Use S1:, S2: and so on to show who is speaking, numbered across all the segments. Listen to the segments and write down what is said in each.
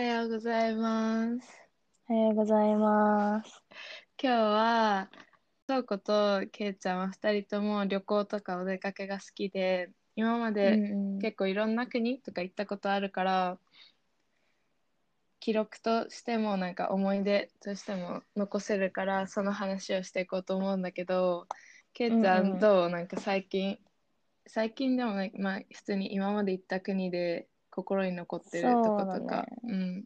S1: ようございます。
S2: おはようございます。
S1: 今日は、そうことけいちゃんは2人とも旅行とかお出かけが好きで、今まで
S2: うんうん
S1: 結構いろんな国とか行ったことあるから、記録としてもなんか思い出としても残せるから、その話をしていこうと思うんだけど、けいちゃ
S2: うんうん
S1: んどう、なんか最近、最近でもない、まあ普通に今まで行った国で心に残ってるとことか。うん。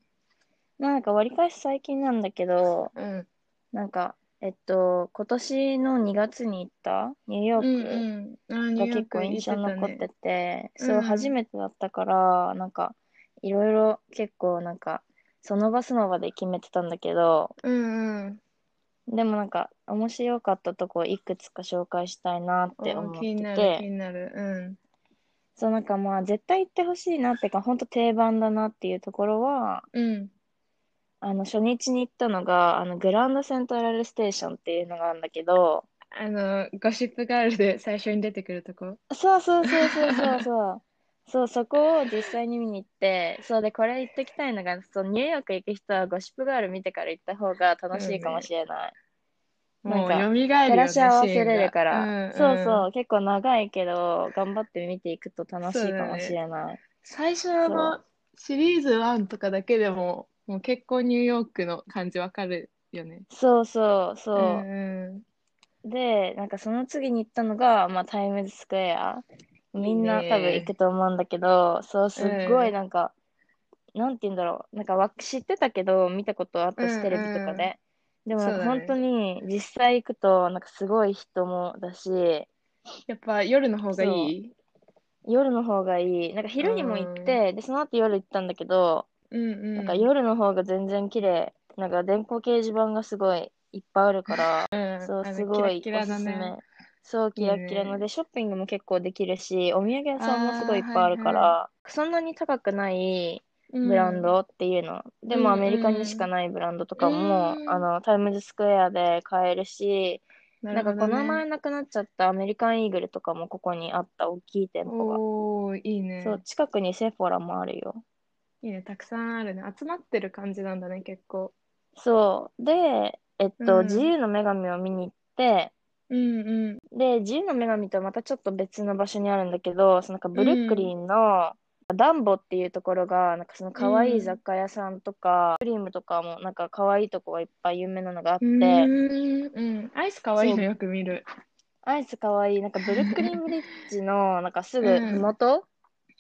S2: なんか割り返し最近なんだけど、
S1: うん。
S2: なんか、えっと、今年の2月に行ったニューヨ
S1: うん
S2: ー
S1: うん、あニュー
S2: クが
S1: ヨー
S2: 結
S1: ク
S2: 構印象に残ってて、そうう、
S1: ん
S2: 初めてだったから、なんか、いろいろ結構なんか、その場その場で決めてたんだけど、
S1: うんうん
S2: でもなんか、面白かったとこいくつか紹介したいなって
S1: お
S2: 思って
S1: 気になる気
S2: て、
S1: になるうん
S2: そう、なんかまあ、絶対行ってほしいなっていうか、ほんと定番だなっていうところは、
S1: うん
S2: あの初日に行ったのがあのグランドセントラルステーションっていうのがあるんだけど
S1: あのゴシップガールで最初に出てくるとこ
S2: そうそうそうそうそうそう そうそこを実際に見に行ってそうでこれ行ってきたいのがそうニューヨーク行く人はゴシップガール見てから行った方が楽しいかもしれない、
S1: もう
S2: なんか
S1: 蘇るよね
S2: 照らし合わ
S1: シー
S2: せ
S1: ンが
S2: れるから、
S1: うん
S2: そうそうう結構長いけど頑張って見ていくと楽しいかもしれない
S1: 最初のあのシリーズ1とかだけでももう結構ニューヨークの感じわかるよね
S2: そうそうそう、
S1: んうん
S2: で、なんかその次に行ったのが、まあ、タイムズスクエア。
S1: いいね
S2: みんな多分行くと思うんだけど、そう、すっご
S1: う
S2: い
S1: ん
S2: なんか、なんて言うんだろう。なんかわ知ってたけど、見たことあった
S1: うんう
S2: し、
S1: ん
S2: テレビとかで。でもな
S1: そう
S2: んか
S1: だね
S2: 本当に実際行くと、なんかすごい人もだし、
S1: やっぱ夜の方がいい
S2: 夜の方がいい。なんか昼にも行って、で、その後夜行ったんだけど、
S1: うんうん
S2: なんか夜の方が全然綺麗。なんか電光掲示板がすごいいっぱいあるから、
S1: うん
S2: そう、
S1: あの
S2: すごい
S1: キラ
S2: お
S1: キラだ
S2: すす
S1: ね
S2: め。そう、キラキラ
S1: いい
S2: の
S1: ね
S2: で、ショッピングも結構できるし、お土産屋さんもすごいいっぱいあるか
S1: あー
S2: ら、そんなに高くない
S1: うん
S2: ブランドっていうの、で
S1: うん
S2: もアメリカにしかないブランドとかも、
S1: うん
S2: あの、タイムズスクエアで買えるし、
S1: な
S2: な
S1: る
S2: んか
S1: ほど
S2: この
S1: ね
S2: 前なくなっちゃったアメリカンイーグルとかもここにあった大きい店舗が。
S1: おーいいね
S2: そう、近くにセフォラもあるよ。
S1: いいね、たくさんあるね。集まってる感じなんだね、結構。
S2: そう、で、えっと、
S1: うん
S2: 自由の女神を見に行って、
S1: うんうん。
S2: で、自由の女神とはまたちょっと別の場所にあるんだけど、そのなんかブルックリンのダンボっていうところが、なんかその可愛い雑貨屋さんとか、クリームとかもなんか可愛いとこがいっぱい有名なのがあっ
S1: う
S2: て、
S1: ん、うん。アイスかわいい
S2: そ
S1: の
S2: う
S1: よく見る。
S2: アイス可愛い、なんかブルックリンブリッ ジのなんかすぐ
S1: うん
S2: ふもと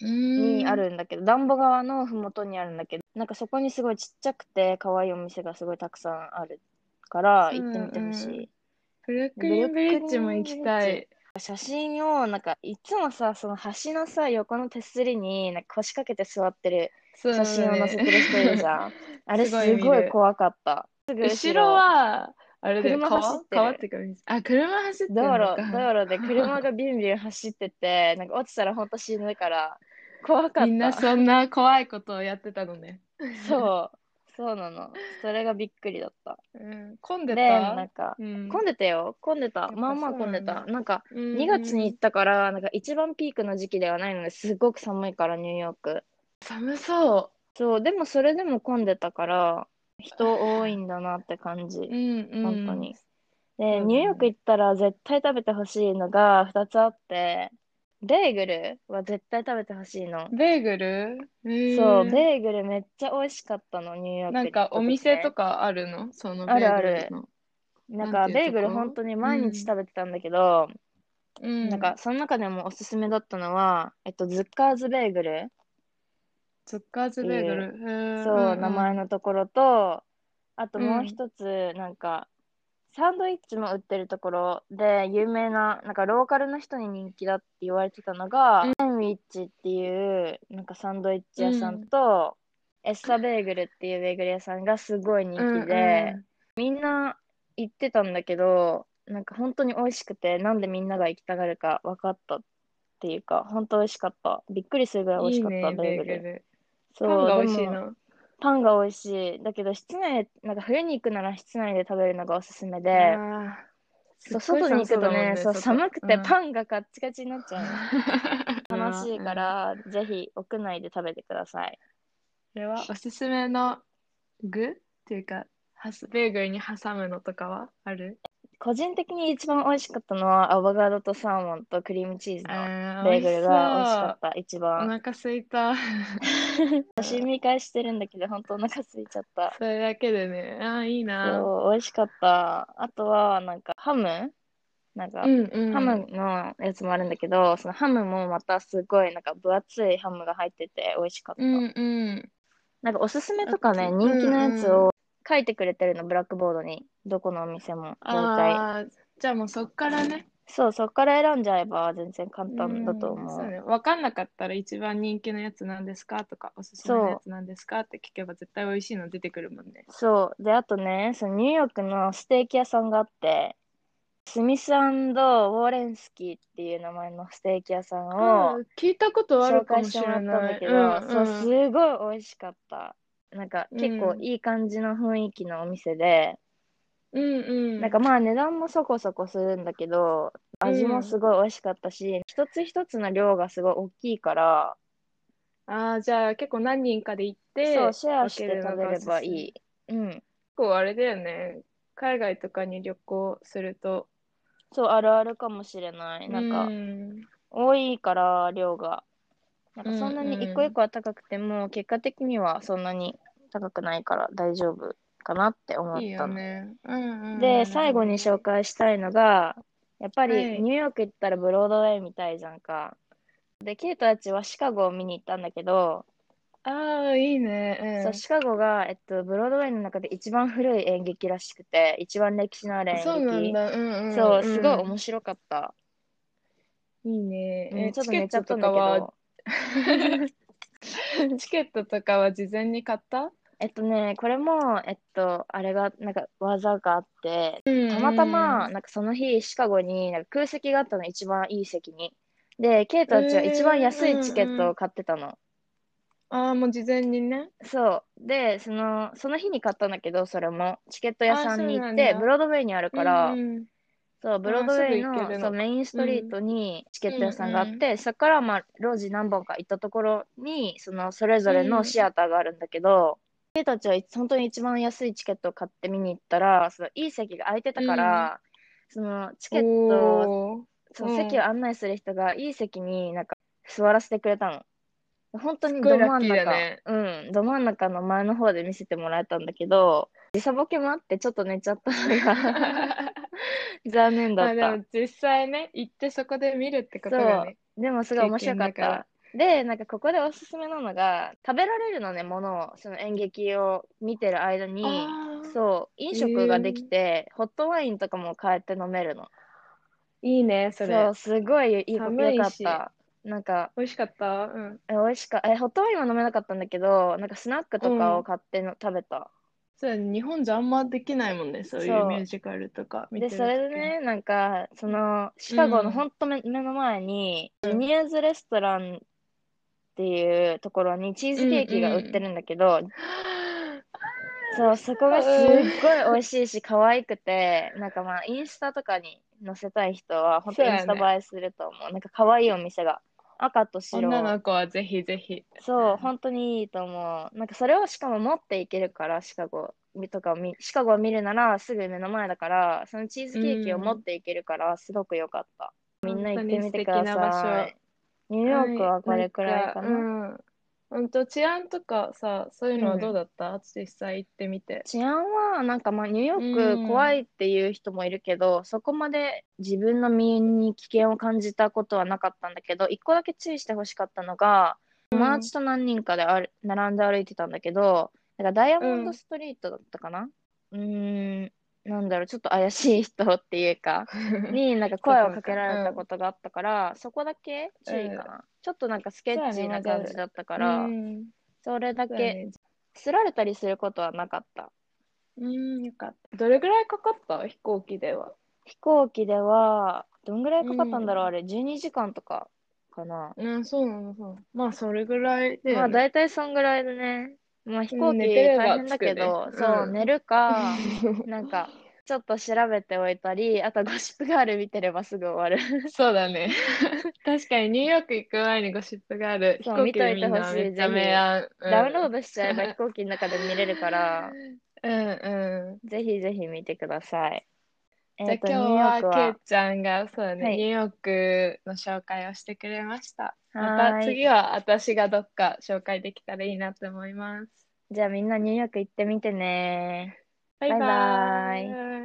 S1: うん
S2: にあ。るんだけど、ダンボ側のふもとにあるんだけど、なんかそこにすごいちっちゃくて可愛いお店がすごいたくさんあるから行ってみてほし
S1: うんう
S2: い。
S1: ブルックリンブリッジも行きたい。
S2: 写真をなんかいつもさその橋のさ横の手すりになんか腰掛けて座ってる
S1: そうだ
S2: 写
S1: ね
S2: 真を載せてる人いるじゃん、あれ
S1: す
S2: す
S1: ごい見る
S2: ごい怖かったすぐ
S1: 後ろは、あれで
S2: 車
S1: 川
S2: 走ってる
S1: 川っていうか、あ、車走ってる
S2: 道
S1: のか。
S2: 路道路で車がビュンビュン走っててなんか落ちたらほんと死ぬから怖かった
S1: みんなそんな怖いことをやってたのね。
S2: そうそうなのそれがびっくりだった
S1: うん、混ん
S2: で
S1: で
S2: なん
S1: た
S2: か
S1: うん
S2: 混んでたよ混んで
S1: やったぱ
S2: まあまあ混んで
S1: そうな
S2: た
S1: ん
S2: なんか
S1: うん
S2: 2月に行ったからなんか一番ピークの時期ではないのですごく寒いからニューヨーク
S1: 寒そ
S2: そう、でもそれでも混んでたから、人多いんだなって感じ。
S1: う。うんうん。
S2: 本当に。
S1: うだね
S2: で、ニューヨーク行ったら絶対食べてほしいのが2つあって、ベーグルは絶対食べてほしいの。
S1: ベーグル
S2: そう、
S1: ー
S2: ベーグルめっちゃ美味しかったの、ニューヨーク
S1: なんかお店と
S2: か。
S1: かあるのその
S2: あるある
S1: ベーグルの。
S2: なんかベーグル本当に毎日食べてたんだけど、
S1: うん、
S2: なんかその中でもおすすめだったのは、えっと、ズッカーズベーグル。
S1: ズッカーズベーグル。へー
S2: そう、名前。のところと、あとも
S1: う
S2: うん一つ、なんか、サンドイッチも売ってるところで、有名な、なんかローカルの人に人気だって言われてたのが、サンウィッチっていう、なんかサンドイッチ屋さんと、エッサベーグルっていうベーグル屋さんがすごい人
S1: うんうん
S2: 気で、みんな行ってたんだけど、なんか本当に美味しくて、なんでみんなが行きたがるか分かったっていうか、本当美味しかった。びっくりするぐらい美味しかっ
S1: いい
S2: た、
S1: ね、
S2: ベ
S1: ベ
S2: ー
S1: ー
S2: グ
S1: グ
S2: ル。
S1: ル。
S2: そう
S1: パンが美
S2: で
S1: 味しい
S2: も
S1: の。
S2: パンが美味しい。だけど、室内、なんか冬に行くなら室内で食べるのがおすすめ
S1: あ
S2: で、
S1: ー
S2: そう
S1: すっご
S2: 外
S1: い
S2: に行
S1: 寒そ
S2: くと
S1: うだもん
S2: ね、そう
S1: 外
S2: 寒くて
S1: うん
S2: パンがカッチカチになっちゃうの。悲しいか
S1: うん。
S2: ら、ぜひ屋内で食べてください。
S1: それはおすすめの具っていうか、はすベーグルに挟むのとかはある
S2: 個人的に一番美味しかったのはアボカドとサーモンとクリームチーズの
S1: あ
S2: ベーグルが美味しかった、一
S1: たお
S2: 番。
S1: 腹すいた。
S2: 私見返してるんだけど、本当お腹空いちゃった。
S1: それだけでね、ああ、いいな。
S2: そう、美味しかった。あとは、なんか、ハムなんか、
S1: んう
S2: ハムのやつもあるんだけど、そのハムもまたすごい、なんか、分厚いハムが入ってて美味しかった。
S1: うんうん。
S2: なんか、おすすめとかね、
S1: あ
S2: 人気のやつ
S1: うんう
S2: を書いてくれてるの、ブラックボードに。どこのお店も、大体。
S1: ああ、じゃあもうそっからね。
S2: そう、そっから選んじゃえば全然簡単だと
S1: うん
S2: 思。
S1: そうね。わかんなかったら一番人気のやつなんですかとか、おすすめのやつなんですかって聞けば絶対美味しいの出てくるもんね。
S2: そう。で、あとね、そのニューヨークのステーキ屋さんがあって、スミスウォーレンスキーっていう名前のステーキ屋さんを
S1: うん聞いたことある
S2: 紹
S1: か
S2: 介
S1: も
S2: し
S1: して
S2: もら
S1: れ
S2: ったん
S1: な
S2: だ
S1: い。
S2: けど、そう、すごい美味しかった。なんか結構いい感じの雰囲気のお店で、
S1: うんうん。
S2: なんかまあ値段もそこそこするんだけど、味もすごい美味しかったし、一つ一つの量がすごい大きいから、
S1: ああ、じゃあ結構何人かで行って、
S2: そう、シェア
S1: 分
S2: し
S1: け
S2: て
S1: る
S2: 食
S1: の
S2: べ
S1: が
S2: れ
S1: おすす
S2: ば
S1: め
S2: いい。うん。
S1: 結構あれだよね。海外とかに旅行すると、
S2: そう、あるあるかもしれない。なんか、
S1: うん
S2: 多いから量がなん
S1: うん
S2: か
S1: うん
S2: そんなに一個一個は高くても、結果的にはそんなに高くないから大丈夫かなって思ったの
S1: いいよね。うんうん、
S2: で最後に紹介したいのがやっぱ
S1: は
S2: り
S1: い
S2: ニューヨーク行ったらブロードウェイみたいじゃんかでケイトたちはシカゴを見に行ったんだけど、
S1: ああ、いいね。
S2: そうシカゴが、えっと、ブロードウェイの中で一番古い演劇らしくて一番歴史のある
S1: うん、
S2: 演
S1: そうなん
S2: 劇
S1: だ。うんうん、
S2: そうすごい
S1: い。
S2: 面白かった、
S1: いいね。
S2: うん
S1: え、
S2: ちょっ
S1: チ
S2: と
S1: ケ
S2: 寝
S1: ッ
S2: ちゃ
S1: トと
S2: ったんだ
S1: か
S2: け
S1: は、
S2: ど
S1: チケットとかは事前に買った
S2: えっとね、これも、えっと、あれが、なんか、技があって、た
S1: た
S2: またま、、なんかその日、シカゴに、なんか空席があったの、一番いい席に。で、ケイトたちは一番安いチケットを買ってたの。
S1: ああ、もう事前にね。
S2: そう。で、その、その日に買ったんだけど、それも、チケット屋さん
S1: あそ
S2: に行っ
S1: うな
S2: て
S1: ん、だ
S2: ブロードウェイにあるから、
S1: うんうん
S2: そう、ブロードウェイ
S1: すぐ行け
S2: の
S1: るの
S2: そうメインストリートにチケット屋さんがあって、
S1: うん
S2: そこから、まあ、路地何本か行ったところに、その、それぞれのシアターがあるんだけど、俺たちは本当に一番安いチケットを買って見に行ったら、そのいい席が空いてたから、そのチケット
S1: お
S2: を、
S1: ー
S2: そうの
S1: ん
S2: 席を案内する人がいい席になんか座らせてくれたの。本当に
S1: すご
S2: ど
S1: いラ
S2: 真
S1: ッ
S2: ん
S1: キーだ
S2: 中、
S1: ね
S2: うん、ど真ん中の前の方で見せてもらえたんだけど、時差ボケもあってちょっと寝ちゃったの が残念だ
S1: まあ
S2: った。
S1: でも実際ね、行ってそこで見るってことがね。
S2: でもすごい面白かっ
S1: 経験だか
S2: た。で、なんかここでおすすめなのが、食べられるのね、ものを、その演劇を見てる間に、
S1: あー
S2: そう、飲食ができて、ホットワインとかも買えて飲めるの。
S1: いいね、そ
S2: そ
S1: れ
S2: う、。すごいいい、よ
S1: 寒い
S2: かっ。
S1: した
S2: なんか、
S1: 美味しかったうん。
S2: え、美味しか、え、ホットワインは飲めなかったんだけど、なんかスナックとかを買っての、食べた。
S1: そうだね日本じゃあんまできないもんね、そうい
S2: そうう
S1: ミュージカルとか見てる時
S2: で、それで ね、なんか、その、シカゴのほんと目,、目の前に、ジュニアーズレストランっていうところにチーズケーキが売ってるんだけど、そう、そこがすっごい美味しいし、可愛くて、なんかまあ、インスタとかに載せたい人は、本当
S1: そう
S2: イ
S1: や
S2: ン
S1: ね
S2: スタ映えすると思う。なんか可愛いお店が。赤と白。
S1: 女の子はぜひぜひ。
S2: そう、本当にいいと思う。なんかそれをしかも持っていけるから、シカゴとかを見、シカゴを見るならすぐ目の前だから、そのチーズケーキを持っていけるから、すごく良かった。みんな行ってみてくだ
S1: 本当に素敵な
S2: さ
S1: 場所
S2: い。ニューヨークはこれくらいか
S1: うん
S2: な。
S1: んか。うん。うんと治安とかさ、そういうのはどうだった、実際行ってみて。
S2: 治安は、なんかまあニューヨー
S1: うん
S2: ク怖いっていう人もいるけど、そこまで自分の身に危険を感じたことはなかったんだけど、一個だけ注意してほしかったのが、
S1: うん
S2: 友達と何人かである並んで歩いてたんだけど、なんかダイヤモンドストリートだったかなうーん、なんだろう、ちょっと怪しい人っていう か、になんか声をかけられたことがあったから、そこだけ注意かな。ちょっとなんかスケッチーな感じだったから、
S1: うん。
S2: それだ
S1: そうや
S2: け、
S1: ね
S2: すられたりすることはなかった。
S1: うん、よかった。どれぐらいかかった飛行機では。
S2: 飛行機では、どんぐらいかかったんだろう、
S1: うん
S2: あれ、12時間とかかな。
S1: うん、そうなの、そうなの。まあ、それぐらいで、
S2: まあ、大体そんぐらいだね。まあ、飛行
S1: うん
S2: 機
S1: 寝てれば
S2: 大変だけど、
S1: 着くね
S2: そう う、
S1: ん
S2: 寝るか、なんか、ちょっと調べておいたり、あとゴシップガール見てればすぐ終わる。
S1: そうだね。 確かにニューヨーク行く前にゴシップがある。飛
S2: そう
S1: 行機で
S2: 見といてほしい
S1: みんなめっちゃ明暗。うん
S2: ダウンロードしちゃえば飛行機の中で見れ るから、
S1: うんうん。
S2: ぜひぜひ見てください。え
S1: じゃあ
S2: ーと
S1: 今
S2: ニューヨー
S1: 日
S2: ク
S1: はけいちゃんがそうだね、
S2: はい
S1: ニューヨークの紹介をしてくれました。ま
S2: は
S1: た
S2: ーい
S1: 次は私がどっか紹介できたらいいなと思います。
S2: じゃあみんなニューヨーク行ってみてね
S1: バイバ
S2: バイバ
S1: イ。